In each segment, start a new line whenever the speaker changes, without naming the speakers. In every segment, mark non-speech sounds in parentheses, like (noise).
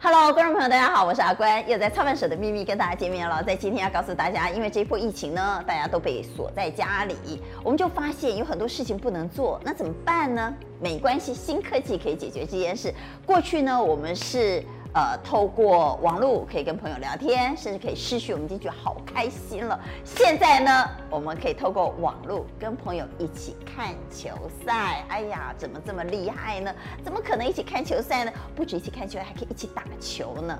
Hello，观众朋友，大家好，我是阿关，又在操办手的秘密跟大家见面了。在今天要告诉大家，因为这一波疫情呢，大家都被锁在家里，我们就发现有很多事情不能做，那怎么办呢？没关系，新科技可以解决这件事。过去呢，我们是。呃，透过网络可以跟朋友聊天，甚至可以失去，我们已经觉得好开心了。现在呢，我们可以透过网络跟朋友一起看球赛。哎呀，怎么这么厉害呢？怎么可能一起看球赛呢？不止一起看球，还可以一起打球呢。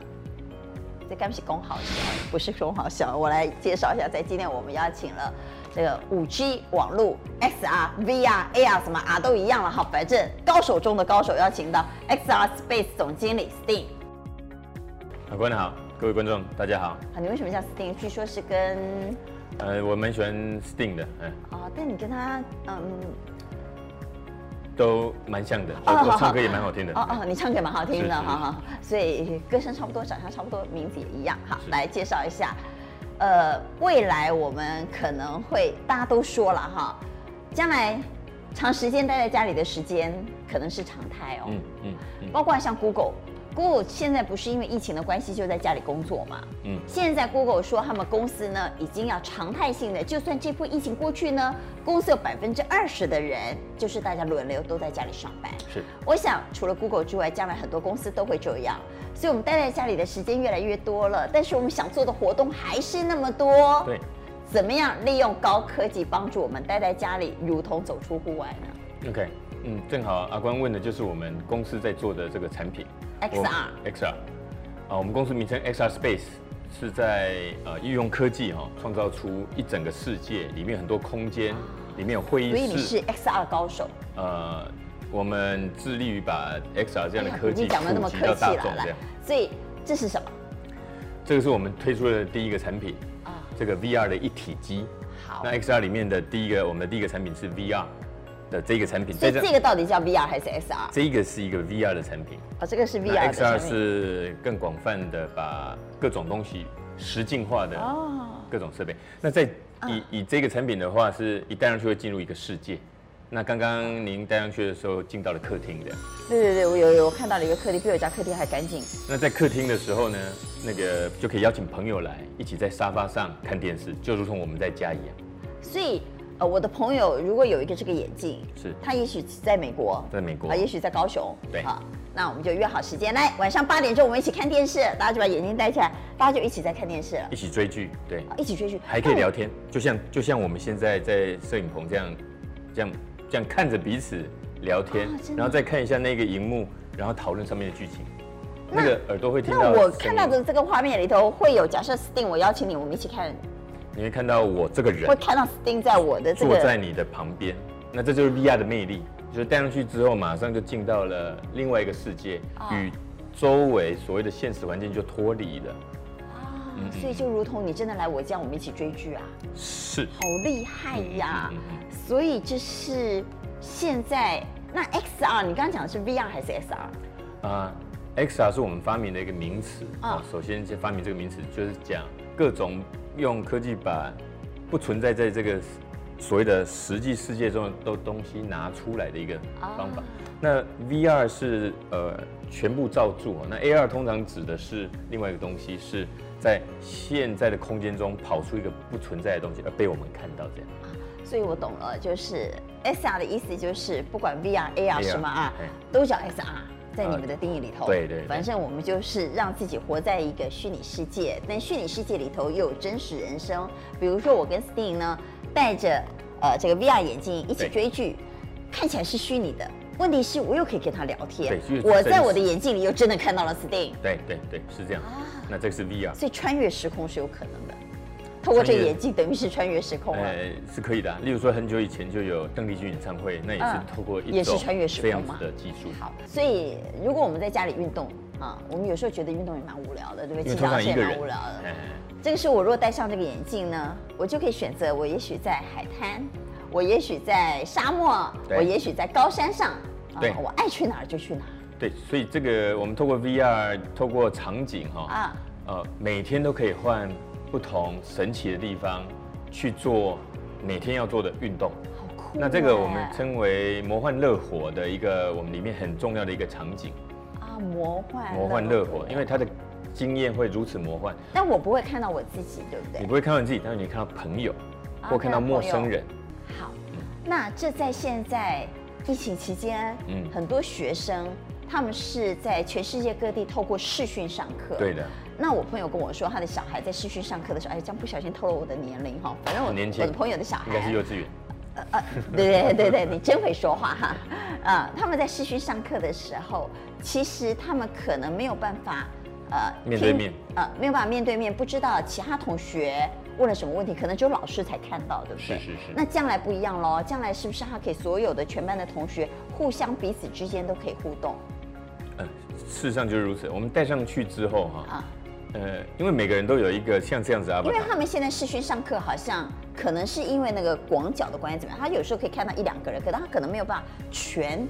这该不是公好笑，呃不是公好笑。我来介绍一下，在今天我们邀请了这个五 G 网络、XR、VR、AR 什么啊都一样了哈，反正高手中的高手邀请到 XR Space 总经理 Sting。
法官好，啊各位观众大家好。
啊，你为什么叫 Sting？据说是跟
呃，我蛮喜欢 Sting 的，嗯，
哦，但你跟他嗯，
都蛮像的。
哦
我
好
我
好
唱歌也蛮好听的。
哦哦，你唱歌蛮好听
是
的，
是
哈哈，所以歌声差不多，长相差不多，名字也一样。好，
是
来介绍一下，呃，未来我们可能会大家都说了哈，将来长时间待在家里的时间可能是常态哦，
嗯嗯嗯
包括像 Google。Google 现在不是因为疫情的关系就在家里工作嘛？
嗯，
现在 Google 说他们公司呢已经要常态性的，就算这波疫情过去呢，公司有百分之二十的人就是大家轮流都在家里上班。
是
我想除了 Google 之外，将来很多公司都会这样，所以我们待在家里的时间越来越多了，但是我们想做的活动还是那么多。
对，。
怎么样利用高科技帮助我们待在家里，如同走出户外呢？
OK，嗯，正好阿关问的就是我们公司在做的这个产品
XR
我 XR 啊，我们公司名称 XR Space 是在呃运用科技哈、哦，创造出一整个世界，里面很多空间，里面有会议室。
啊所以你是 XR 高手，
呃，我们致力于把 XR 这样的
哎呀
科技
你讲的那么
普及
客
到
气
大
了
众，这
来
样。，
所以这是什么
这个是我们推出的第一个产品，
啊？
这个 VR 的一体机。
好，
那 XR 里面的第一个，我们的第一个产品是 VR 的这个产品，
所以
在
这个到底叫 VR 还是 XR？
这一个是一个 VR 的产品，
哦，这个是 VR
那
的产
XR
品
是更广泛的把各种东西实境化的
哦，嗯
各种设备。那在以以这个产品的话，是一戴上去会进入一个世界。那刚刚您戴上去的时候，进到了客厅的。
对对对，我有有我看到了一个客厅，比我家客厅还干净。
那在客厅的时候呢，那个就可以邀请朋友来一起在沙发上看电视，就如同我们在家一样。
所以，呃，我的朋友如果有一个这个眼镜，
是
他也许在美国，
在美国
啊，也许在高雄，
对
啊，那我们就约好时间，来晚上八点钟我们一起看电视，大家就把眼镜戴起来，大家就一起在看电视了
一，起追剧，对，
啊一起追剧，
还可以聊天，
嗯
就像就像我们现在在摄影棚这样，这样这样看着彼此聊天，
啊真的
然后再看一下那个荧幕，然后讨论上面的剧情，
那
那个耳朵会听
那。
到。
那我看到，的这个画面里头会有，假设 Sting 我邀请你，我们一起看，
你会看到我这个人
会看到 Sting 在我的这
坐在
个，
你的旁边，那这就是 VR 的魅力，就是戴上去之后马上就进到了另外一个世界，
啊
与周围所谓的现实环境就脱离了。嗯
啊，所以就如同你真的来我家，我们一起追剧啊，
是，
好厉害呀
嗯嗯！
所以这是现在那 XR，你刚刚讲的是 VR 还是 SR？
啊、x r 是我们发明的一个名词啊、
啊
首先，先发明这个名词就是讲各种用科技把不存在在这个所谓的实际世界中的东西拿出来的一个方法。
啊
那 VR 是呃全部罩住哦，那 AR 通常指的是另外一个东西，是在现在的空间中跑出一个不存在的东西，而被我们看到这样。
所以我懂了，就是 SR 的意思就是不管 VR、AR 什么啊
哎，
都叫 SR，在你们的定义里头。
啊对对对
反正我们就是让自己活在一个虚拟世界，但虚拟世界里头又有真实人生。比如说我跟 Sting 呢，戴着呃这个 VR 眼镜一起
对
追剧，看起来是虚拟的。问题是我又可以跟他聊天
对就是，
我在
真实
我的眼镜里又真的看到了 Sting，
对对对，是这样。那这个是 VR。
所以穿越时空是有可能的。透过这个
穿越
眼镜，等于是穿越时空了。
呃，是可以的、啊。例如说，很久以前就有邓丽君演唱会，那也
嗯
是透过一种
也是穿越时
这样
空
子
嘛
的技术。
好，所以如果我们在家里运动啊，我们有时候觉得运动也蛮无聊的，对不对？骑脚踏车也蛮无聊的。
哎
这个时候我若戴上这个眼镜呢，我就可以选择，我也许在海滩，我也许在沙漠，
对
我也许在高山上，啊
对
我爱去哪儿就去哪儿
对，所以这个我们透过 VR，透过场景哈、
啊。
呃，每天都可以换不同神奇的地方去做每天要做的运动。
好酷
那这个我
哎
们称为魔幻热火的一个，我们里面很重要的一个场景。
啊魔幻
魔幻乐活，因为他的经验会如此魔幻，
但我不会看到我自己，对不对
你？不会看到你自己，但是你看到朋友
啊
或看到陌生人，
好，那这在现在疫情期间，嗯
嗯，
很多学生他们是在全世界各地透过视讯上课。
对。的，
那我朋友跟我说，他的小孩在视讯上课的时候，哎，这样不小心透露我的年龄哈。反正我
很年轻
我的朋友的小孩
应该是幼稚园，
呃，对对对对，你真会说话哈。啊、他们在市区上课的时候，其实他们可能没有办法呃
面对
听
面
呃没有办法面对面，不知道其他同学问了什么问题，可能只有老师才看到，对不对？
是是是
那将来不一样喽，将来是不是他可以所有的全班的同学互相彼此之间都可以互动
嗯，事实上就是如此。我们带上去之后哈、
啊？
呃，因为每个人都有一个像这样子啊，
因为他们现在视讯上课，好像可能是因为那个广角的关系怎么样，他有时候可以看到一两个人，可他可能没有办法全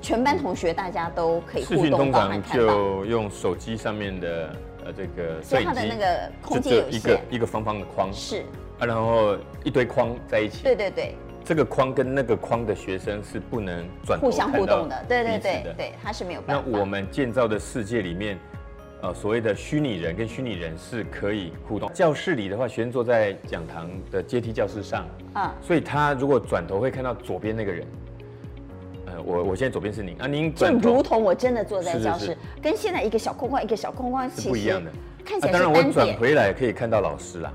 全班同学大家都可以
视
互
讯
动
通
到和
常
看到，
就用手机上面的呃这个
所
摄
以他
影
的
机
那，个空
就
间有
这一个
限。
一个方方的框，
是，
啊，然后一堆框在一起，
对对对，
这个框跟那个框的学生是不能转头
互相互动的
看，到
对对
彼此
对
的。
对，他是没有
那
办法。
我们建造的世界里面，呃，所谓的虚拟人跟呃虚拟人是可以互动。教室里的话，学生坐在讲堂的阶梯教室上，
嗯，
所以他如果转头会看到左边那个人。呃，我我现在左边是您，啊，您
就
转
如
头。
同我真的坐在
是是
教
是
室，跟现在一个小空旷一个小空旷其
是不一
实
样的。
看
啊
起来
当
是
然我
单
转
点，
回来可以看到老师啦，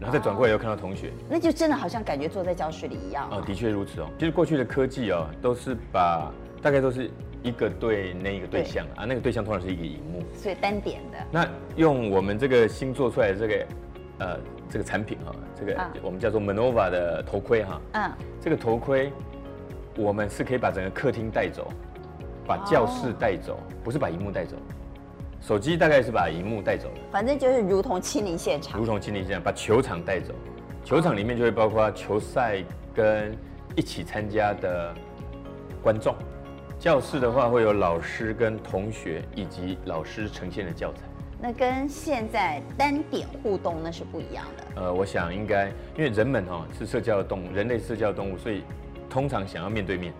然后再转
哦
过来又看到同学。
那就真的好像感觉坐在教室里一样
啊、
啊。
的确如此哦。其实过去的科技哦，都是把大概都是一个对那一个对象啊，那个对象通常是一个荧幕。
所以单点的，
那用我们这个新做出来的这个呃这个产品啊、这个、
啊
我们叫做 Manova 的头盔哈、
嗯，
这个头盔我们是可以把整个客厅带走，把教室带走，不是把荧幕带走。手机大概是把荧幕带走的，
反正就是如同亲临现场
如。同今天这样，把球场带走。球场里面就会包括球赛跟一起参加的观众。教室的话，会有老师跟同学以及老师呈现的教材。
那跟现在单点互动那是不一样的。
呃，我想应该，因为人们哈、是社交的动物，人类社交的动物，所以通常想要面对面。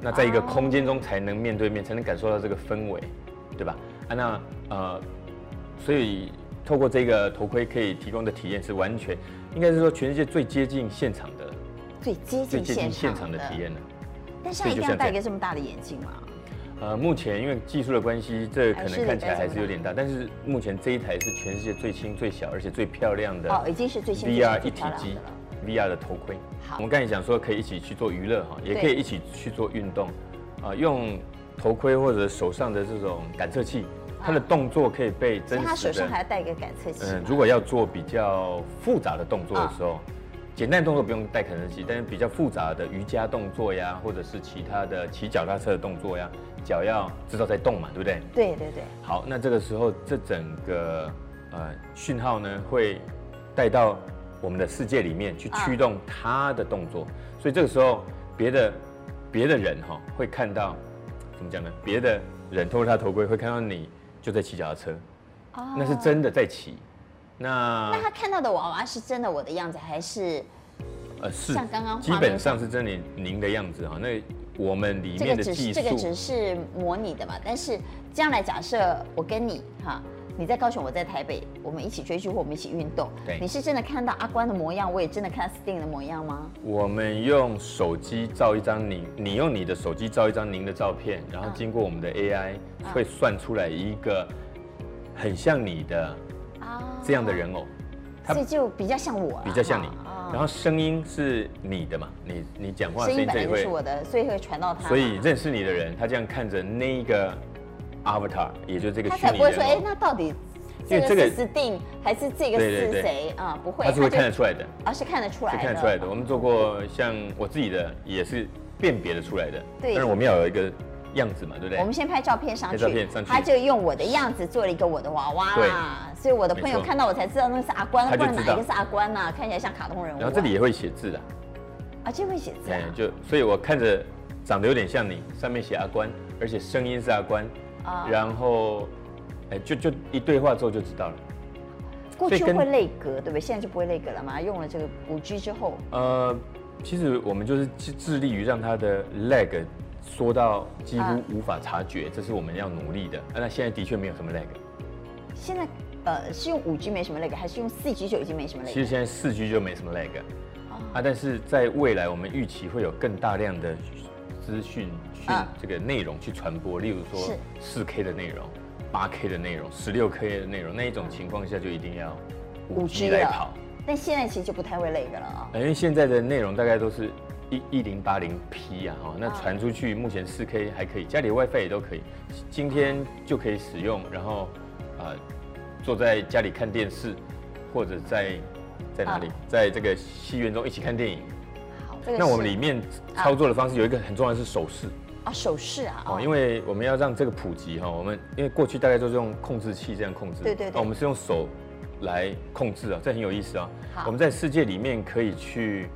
那在一个
哦
空间中才能面对面，才能感受到这个氛围，对吧？啊，那呃，所以透过这个头盔可以提供的体验是完全，应该是说全世界最接近现场的、
最接
最
近
接
现场
近现场的体。验了。
但是他一定要戴一个这么大的眼镜嘛？
呃，目前因为技术的关系，这
还
可
是
能看起来
得这么
还是有点大，但是目前这一台是全世界最轻、最小，而且最漂亮的
哦，已经是最新最
VR
最
一体
漂亮
机
的了。
，VR 的头盔。
好
我们刚才讲说可以一起去做娱乐哈，也
对
可以一起去做运动，啊、用头盔或者手上的这种感测器，它的动作可以被
啊所
真
以他手
实
上还
的。
要戴一个感测器嘛。
嗯，如果要做比较复杂的动作的时候，简单的动作不用戴感测器，但是比较复杂的瑜伽动作呀，或者是其他的骑脚踏车的动作呀，脚要知道在动嘛，对不对？
对对对，
好，那这个时候这整个呃讯号呢会带到我们的世界里面去
啊
驱动他的动作，所以这个时候别的别的人哈、会看到怎么讲呢？别的人透过他的头盔会看到你就在骑脚踏车，
哦
呃那是。真的在骑。那
那他看到的娃娃是真的我的样子，还是
呃是
像刚刚
基
画面
本上是真的您的样子哈、啊那我们里
这
面
个
的
只
技
是
术
这个只是模拟的嘛？但是将来假设我跟你哈。你在高雄，我在台北，我们一起追剧或我们一起运动。
对
你是真的看到阿关的模样，我也真的看到 Sting 的模样吗？
我们用手机照一张您，你用你的手机照一张您的照片，然后
嗯
经过我们的 AI
嗯
会算出来一个很像你的
啊，
这样的人偶，它
所以就比较像我啦，
比较像你
哈啊。
然后声音是你的嘛，你你讲话的
声
声
音
音
本
这
来
一
就是
会，
我的，所以会传到他嘛。
所以认识你的人，他这样看着那一个 avatar，也就是这个
他
虚
才
拟
不会说，哎、
人偶，
那到底
因
这
为
个
这个
是 Sting 还是这个
对
是
对对
谁啊？不会，
他是会
就
看得出来的，
啊，是看得出来
是
的，
看得出来的。我们做过像我自己的，也是辨别的出来的，
对
但是我们要有一个样子嘛，对不对
我？们先拍照片上
拍
去，
照片上去
他就用我的样子做了一个我的娃娃啦，所以我的朋友
没错
看到我才知道那是阿关，
他
不
就
然哪
知道
一个是阿关呐、看起来像卡通人物、啊。
然后这里也会写字的。
啊，这会写字、啊
哎，就所以我看着长得有点像你，上面写阿关，而且声音是阿关，
啊
然后哎，就就一对话之后就知道了。
过去
所以跟
会内格，对不对？现在就不会内格了嘛，用了这个五 G 之后，
呃，其实我们就是致致力于让它的 lag 缩到几乎
嗯
无法察觉，这是我们要努力的。啊那现在的确没有什么 lag，
现在呃是用五 G 没什么 lag，还是用四 G 就已经没什么 lag？
其实现在四 G 就没什么 lag，
哦
啊，但是在未来我们预期会有更大量的资讯去
嗯
这个内容去传播，例如说四 K 的内容、八 K 的内容、十六 K 的内容，那一种情况下就一定要五
5G
G 来跑。
但现在其实就不太会 lag 了啊、
啊因为现在的内容大概都是一一零八零 P 啊，哈，那
嗯
传出去目前四 K 还可以，家里 WiFi 也都可以，今天就可以使用，然后啊、呃坐在家里看电视，或者在在哪里，
嗯
在这个戏院中一起看电影。
好，这个
那我们
是
里面操作的方式有一个很重要的是手势
啊手势啊，
哦，因
为
为我们要让这个普及哈，哦我们因为过去大概都是用控制器这样控制，
对对对
哦我们是用手来控制啊，这很有意思啊
好。
我们在世界里面可以去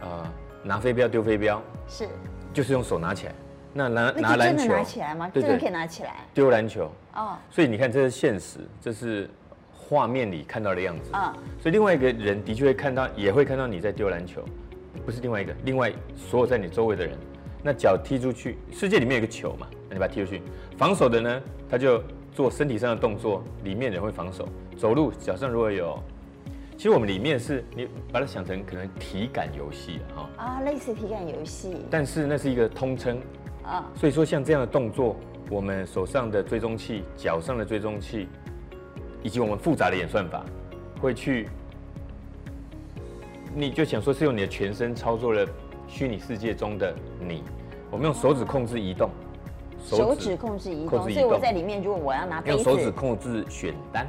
呃拿飞镖丢飞镖，
是
就是用手拿起来。那拿
那就
拿
真
篮
的
球，啊
拿起来吗？
对
真的可以
对，
拿起来
丢篮球。
哦，
所以你看，这是现实，这是画面里看到的样子。
嗯，
所以另外一个人的确会看到，也会看到你在丢篮球，不是另外一个，另外所有在你周围的人，那脚踢出去，世界里面有个球嘛，那你把它踢出去，防守的呢，他就做身体上的动作，里面的人会防守，走路脚上如果有，其实我们里面是你把它想成可能体感游戏啊、哈
啊，类似体感游戏
但是那是一个通称，
啊，
所以说像这样的动作，我们手上的追踪器、脚上的追踪器，以及我们复杂的演算法，会去，你就想说是用你的全身操作了虚拟世界中的你，我们用手指控制移动，
手指控制移动，
控
所
制移动
以我在里面如果我要拿杯
用
子，
手指控制选单，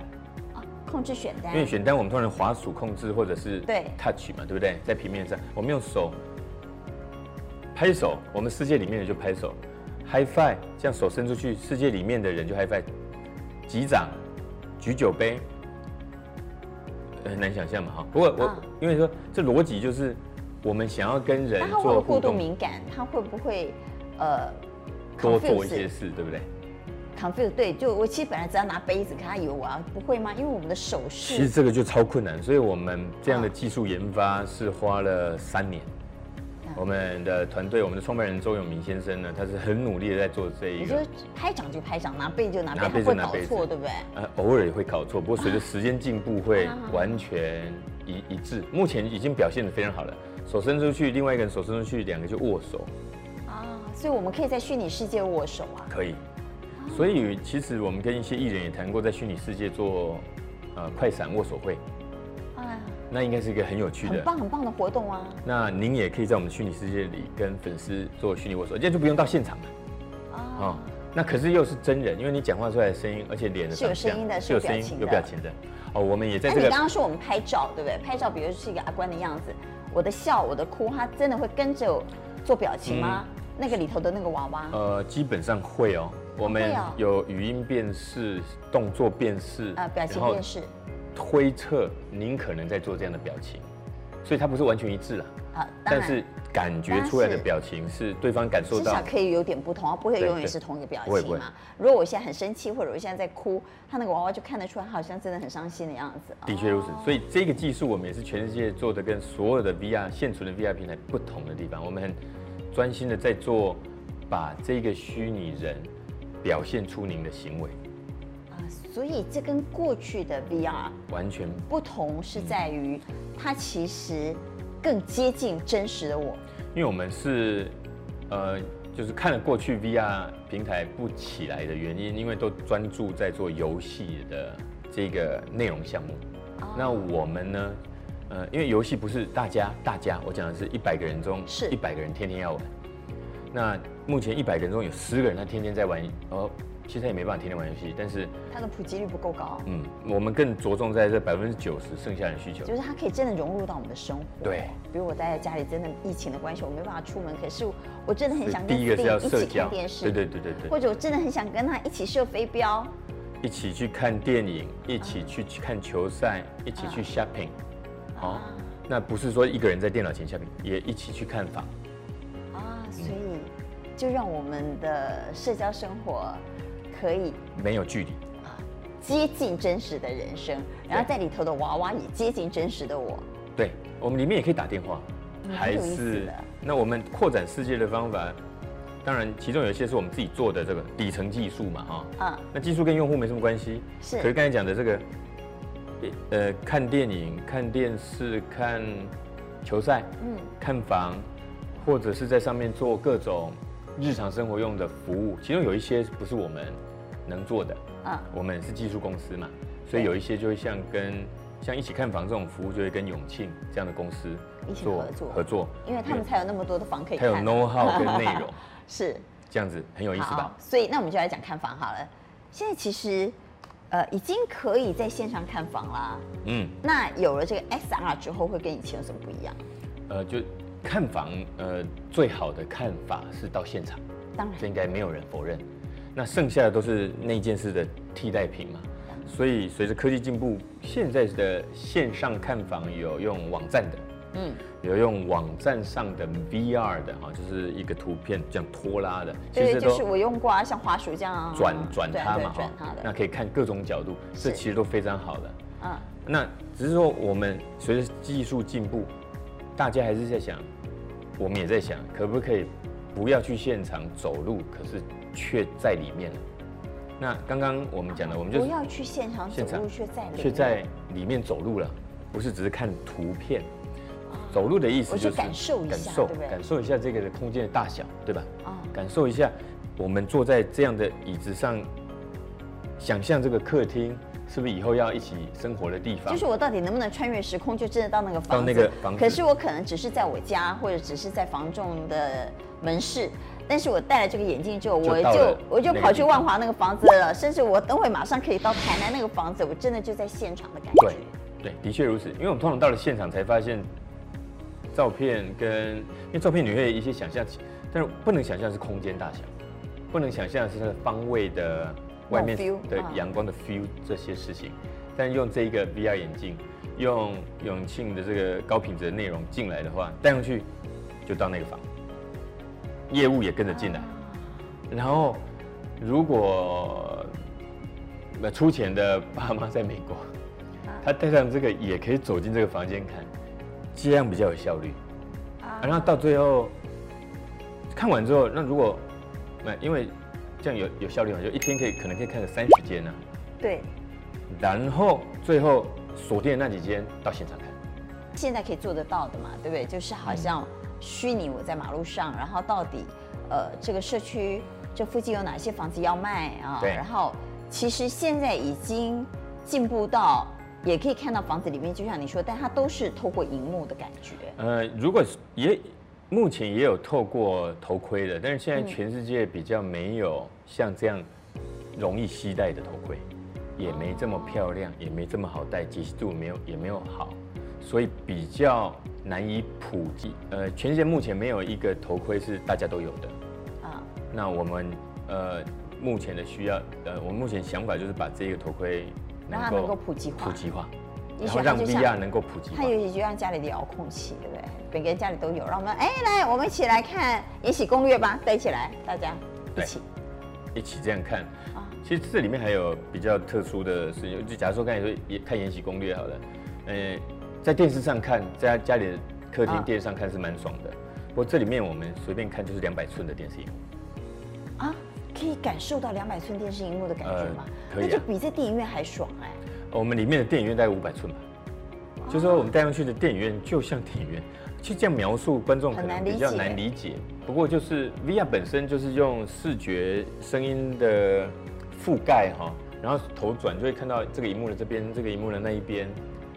啊控制选单
因，为选单我们通常滑鼠控制或者是
对
touch 嘛，对不对？在平面上，我们用手拍手，我们世界里面的就拍手，high five，这样手伸出去，世界里面的人就 high five，击掌，举酒杯，很难想象嘛哈。不过我、
啊
因为说这逻辑就是我们想要跟人
那他会不
做
会
互
过度
动，
敏感？他会不会呃
多做一些
confuse？
事，对不对？
confuse 对，就我其实本来只要拿杯子，可他以为我要不会吗？因为我们的手
其实
势
这个就超困难，所以我们这样的
啊
技术研发是花了三年。
啊
我们的团队，我们的创办人周永明先生呢，他是很努力的在做这一
你
个
说，拍掌就拍掌，拿杯就拿杯，
拿
他不
杯就
会
拿
搞
杯子
错，对不对？
呃，偶尔也会搞错，不过随着时间进步会
啊
完全一一致。目前已经表现的非常好了，手伸出去，另外一个人手伸出去，两个就握手，
啊，所以我们可以在虚拟世界握手啊。
可以。所以其实我们跟一些艺人也谈过，在虚拟世界做呃快闪握手会，
啊，
那应该是一个很有趣的
很棒很棒的活动啊！
那您也可以在我们虚拟世界里跟粉丝做虚拟握手，这样就不用到现场了啊、
啊，
那可是又是真人，因为你讲话出来的声音，而且脸的
是有
长相
声音的
是有
是有
声
表
音
情的
有表情的。哦，我们也在
那
这
哎你
个
刚刚说我们拍照，对不对？拍照，比如是一个阿关的样子，我的笑，我的哭，他真的会跟着我做表情吗？
嗯
那个里头的那个娃娃，
呃，基本上会哦。我们
会哦
有语音辨识、动作辨识
啊，表情
然后
辨识，
推测您可能在做这样的表情，所以它不是完全一致啦，
啊，当
但
然
是感觉
当然
出来的
是
表情是对方感受
至
到
少。可以有点不同，啊，不会
对
永远
对
是同一个表
不会
情
不会
嘛。如果我现在很生气，或者我现在在哭，他那个娃娃就看得出来，好像真的很伤心的样子。啊
的确如此，所以这个技术我们也是全世界做的跟所有的 VR 现存的 VR 平台不同的地方。我们很专心的在做，把这个虚拟人表现出您的行为，
啊，所以这跟过去的 VR
完全
不同是在
嗯
于，它其实更接近真实的我。
因为我们是呃，就是看了过去 VR 平台不起来的原因，因为都专注在做游戏的这个内容项目。那我们呢，呃，因为游戏不是大家大家，我讲的是一百个人中，
是
一百个人天天要玩。那目前一百个人中有十个人他天天在玩，哦，其实他也没办法天天玩游戏，但是
它的普及率不够高，
嗯，我们更着重在这百分之九十剩下的需求
就。是它可以真的融入到我们的生活。
对，
比如我待在家里，真的疫情的关系，我没办法出门，可是我真的很想跟
第一个是
Steve
要
一
社
起
交
看，电视，
对对对对对。啊
或者我真的很想跟他一起射飞镖。
一起去看电影，一起去看球赛，一起
啊
去 shopping，哦，那不是说一个人在电脑前 shopping，也一起去看房，
啊，所以就让我们的社交生活可以
没有距离，
接近真实的人生，然后在里头的娃娃也接近真实的我。
对我们里面也可以打电话，
嗯蛮有意思的
那我们扩展世界的方法，当然其中有一些是我们自己做的这个底层技术嘛，哈、
嗯，
那技术跟用户没什么关系，
是
可是刚才讲的这个，呃，看电影、看电视、看球赛、
嗯，
看房，或者是在上面做各种日常生活用的服务，其中有一些不是我们能做的，
嗯，
我们是技术公司嘛，所以有一些就会像跟像一起看房这种服务，就会跟永庆这样的公司
一起合作
合作，
因为他们才有那么多的房可以
它有
看。啊
know
(laughs)
how 跟内容，
是，
这样子很有意思吧
好？所以那我们就来讲看房好了。现在其实，呃，已经可以在线上看房啦。
嗯，
那有了这个 XR 之后，会跟以前有什么不一样？
呃，就看房，呃，最好的看法是到现场，
当然
这应该没有人否认。那剩下的都是内件式的替代品嘛。
嗯
所以随着科技进步，现在的线上看房有用网站的，
嗯，
有用网站上的 VR 的哈，啊就是一个图片这样拖拉的，
对，
这
就是我用过啊，像滑鼠这样啊，
转转
对
它
对
嘛哈
转它，
那
的，
可以看各种角度，这
是
其实都非常好的。
嗯，
那只是说我们随着技术进步，大家还是在想，我们也在想，可不可以不要去现场走路，可是却在里面了。那刚刚我们讲的，我们就
不
是
要去现场走
现场
路，却在里
却
面
在里面走路了，不是只是看图片。走路的意思
我去
就是
感受一下
感受
对不对
感受一下这个的空间的大小，对吧？
啊，
感受一下我们坐在这样的椅子上，想象这个客厅是不是以后要一起生活的地方？
就是我到底能不能穿越时空，就真的到那个房子？
到那个房子
可是我可能只是在我家，或者只是在房仲的门市，但是我戴了这个眼镜之后，
就
我
到
就
了
我就
那个
跑去
地方
万华那个房子了，甚至我等会马上可以到台南那个房子，我真的就在现场的感觉
对。，对，的确如此。因为我们通常到了现场才发现，照片跟因为照片你会有一些想象，但是不能想象是空间大小，不能想象是它的方位的外面
那种 feel，
的
嗯
阳光的 feel 这些事情。但用这个 VR 眼镜，用永庆的这个高品质的内容进来的话，带上去就到那个房，业务也跟着进来。然后，如果呃出钱的爸妈在美国，他戴上这个也可以走进这个房间看，这样比较有效率。
啊
啊然后到最后看完之后，那如果那因为这样有有效率嘛，就一天可以可能可以看个三十间呢、
对，
然后最后锁定的那几间到现场看。
现在可以做得到的嘛，对不对？就是好像虚拟我在马路上，然后到底呃这个社区这附近有哪些房子要卖啊？
对
然后其实现在已经进步到也可以看到房子里面，就像你说，但它都是透过荧幕的感觉。
呃，如果是也目前也有透过头盔的，但是现在全世界比较没有像这样容易携带的头盔，也没这么漂亮，也没这么好戴，解析度没有也没有好，所以比较难以普及。呃，全世界目前没有一个头盔是大家都有的。
啊，
那我们呃目前的需要，呃，我们目前想法就是把这个头盔
让它能够普及化
普及化，
也
然
许它
后让
就像
VR 能够普及
它
化。
也许就像家里的遥控器，对不对？每个人家里都有，让我们哎来，我们一起来看《延禧攻略》吧，带起来，大家一
对
起
一起这样看
啊。
其实这里面还有比较特殊的事情，就假如说刚才说也看《延禧攻略》好了，呃，在电视上看，在家里的客
啊
厅电视上看是蛮爽的。不过这里面我们随便看就是两百寸的电视荧幕，
啊，可以感受到两百寸电视荧幕的感觉吗？
呃可以啊
那就比在电影院还爽哎、
我们里面的电影院大概五百寸吧，
哦
就是说我们带上去的电影院就像电影院，就这样描述观众可
很难
能
理
比较
解
难理解。不过就是 VR 本身就是用视觉、声音的覆盖哈，然后头转就会看到这个荧幕的这边，这个荧幕的那一边，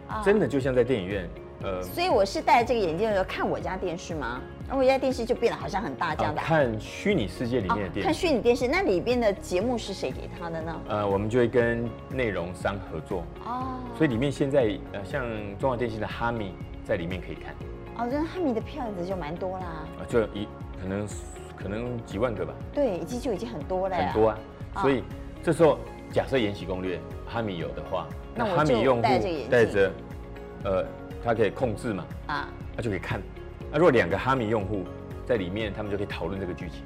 啊
真的就像在电影院，呃，
所以我是戴着这个眼镜的时候看我家电视吗？那我家电视就变得好像很大这样的。啊哦
啊看虚拟世界里面的电
看
影，
虚拟电视，那里边的节目是谁给他的呢？
呃，我们就会跟内容商合作，
哦，
所以里面现在呃像中华电信的哈密在里面可以看，
哦，那哈迷的票子就蛮多啦，
啊，就一可能可能几万个吧，
对，已经就已经很多了、
很多啊
啊。
所以这时候假设《延禧攻略》哈米有的话，
那我
哈
就
米用户
戴着眼镜
带着，呃，它可以控制嘛，
啊，
他就可以看。那如果两个哈米用户在里面，他们就可以讨论这个剧情。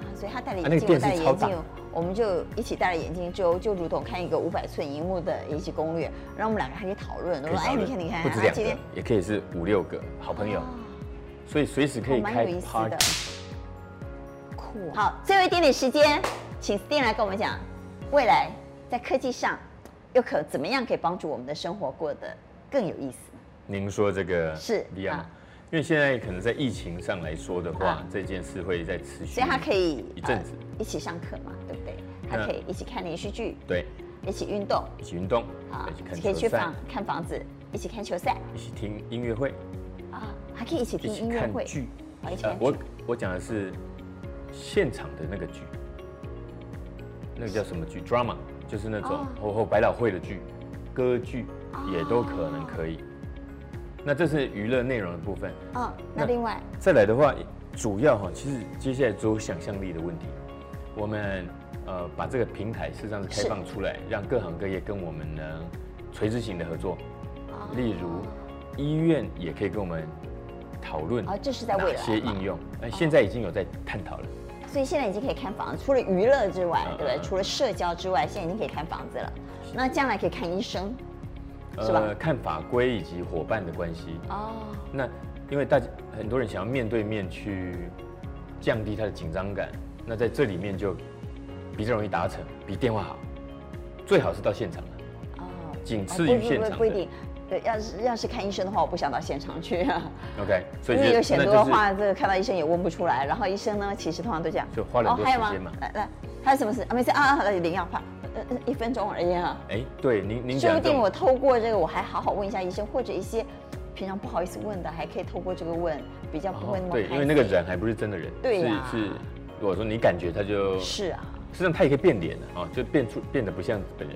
啊所以他戴了
啊那
眼
个
镜，我
电视
戴了
超
眼
大
镜，我们就一起戴了眼镜之后，就如同看一个五百寸荧幕的《延禧攻略》，然后我们两个还可以讨论，我
可以
说
讨
哎，
论
你看你看，
不止
啊
两
今天
个，也可以是五六个好朋友
啊，
所以随时可以
哦蛮
开
有意思的
party。
酷哦！
好，最后一点点时间，请 s t e n 来跟我们讲，未来在科技上又可怎么样可以帮助我们的生活过得更有意思？
您说这个
是
VR 吗
啊
因为现在可能在疫情上来说的话，
啊
这件事会在持续，
所以他可以
嗯一阵子、
呃一起上课嘛，对不对？
嗯
他可以一起看连续剧，
对
一起运动
一起运动，
啊
一起，看
可以去
球赛
房，看房子，一起看球赛
一起听音乐会，
啊，还可以一起
一
听
起
音乐
看
会，
剧。呃
啊，一起看剧
我我讲的是现场的那个剧，那个叫什么剧？drama，就是那种
哦
或或百老汇的剧、歌剧也都可能可以。那这是娱乐内容的部分。
嗯，
那
那另外
再来的话，主要哈，其实接下来只有想象力的问题。我们呃把这个平台事实上是开放出来，让各行各业跟我们呢垂直型的合作，
哦
例如医院也可以跟我们讨论
哦这是在未
哪
来
些
嘛
应用。那现在已经有在探讨了，
所以现在已经可以看房子，除了娱乐之外，
嗯
对不对
嗯？
除了社交之外，现在已经可以看房子了。那将来可以看医生是吧，
呃看法规以及伙伴的关系。
哦，
那因为大家很多人想要面对面去降低他的紧张感，那在这里面就比较容易达成，比电话好，最好是到现场了。
哦，
仅
哦
次
不
于
不
现
不
场
不一
的
定。对，要是要是看医生的话，我不想到现场去啊，
OK，所
因
以就
为有很
那
多的
就是
话，这个看到医生也问不出来。然后医生呢，其实通常都这样，哦
就花了很多
还有吗
时间嘛？
来来，还有什么事啊？没事啊，啊领药快，呃呃，一分钟而已啊。
哎，对，您您
说
讲
不
这
定
种
我透过这个，我还好好问一下医生，或者一些平常不好意思问的，还可以透过这个问，比较不会那么
哦对，
排
因为那个
斥
人还不是真的人，
对呀
是是，如果说你感觉他就是
啊，
实际上他也可以变脸的啊、就变出变得不像本人，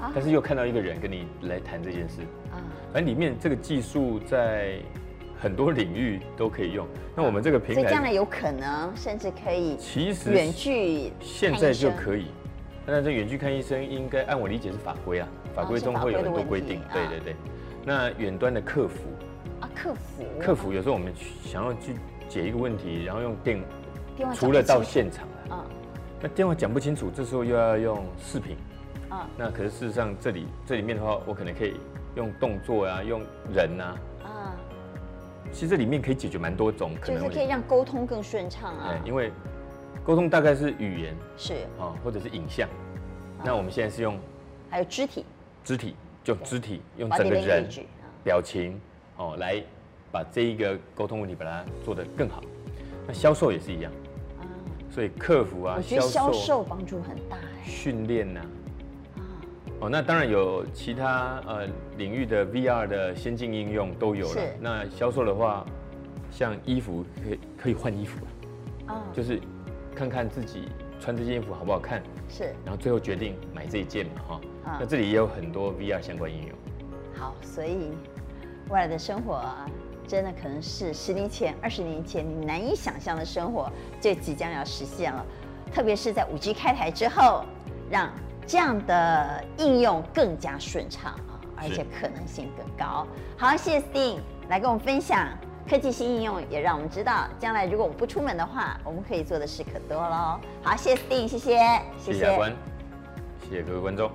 啊
但是又看到一个人跟你来谈这件事，
啊，
反哎正里面这个技术在很多领域都可以用。那我们这个平
所以将来
台
有可能甚至可以
其实
远距
现
看
在
医
就
生
可以，但是远距看医生应该按我理解是法规啊，法
哦
规
是
中
法
会有
规
很
的
多
问
规
题
定，
啊
对对对。那远端的客服，
啊客服
客服有时候我们去想要去解一个问题，然后用电，
电话
除了
讲
到
不清
现场啊，
啊
那电话讲不清楚，这时候又要用视频。
啊
那可是事实上这里这里面的话，我可能可以用动作啊，用人啊，
啊，
其实这里面可以解决蛮多种可
就
能
是
问
可以
题。
让沟通更顺畅
哎
啊，，
因为沟通大概是语言
是，
啊，或者是影像。
啊
那我们现在是用
还有肢体
肢体，就肢体用
body
整个人
language 啊
表情哦来把这一个沟通问题把它做得更好。那销售也是一样，
啊，
所以客服啊，
我觉得销售帮助很大哎
训练呐、
啊，
哦，那当然有其他呃领域的 VR 的先进应用都有了
是。
那销售的话，像衣服可以可以换衣服了，
啊
就是看看自己穿这件衣服好不好看，
是
然后最后决定买这一件嘛哈。
啊
那这里也有很多 VR 相关应用。
好，所以未来的生活啊，真的可能是十年前、二十年前你难以想象的生活，就即将要实现了。特别是在五 G 开台之后，让这样的应用更加顺畅啊，而
是
且可能性更高。好，谢谢 Sting 来跟我们分享科技新应用，也让我们知道将来如果我们不出门的话，我们可以做的事可多喽。好，谢谢 Sting，谢谢，
谢谢阿关，谢谢各位观众。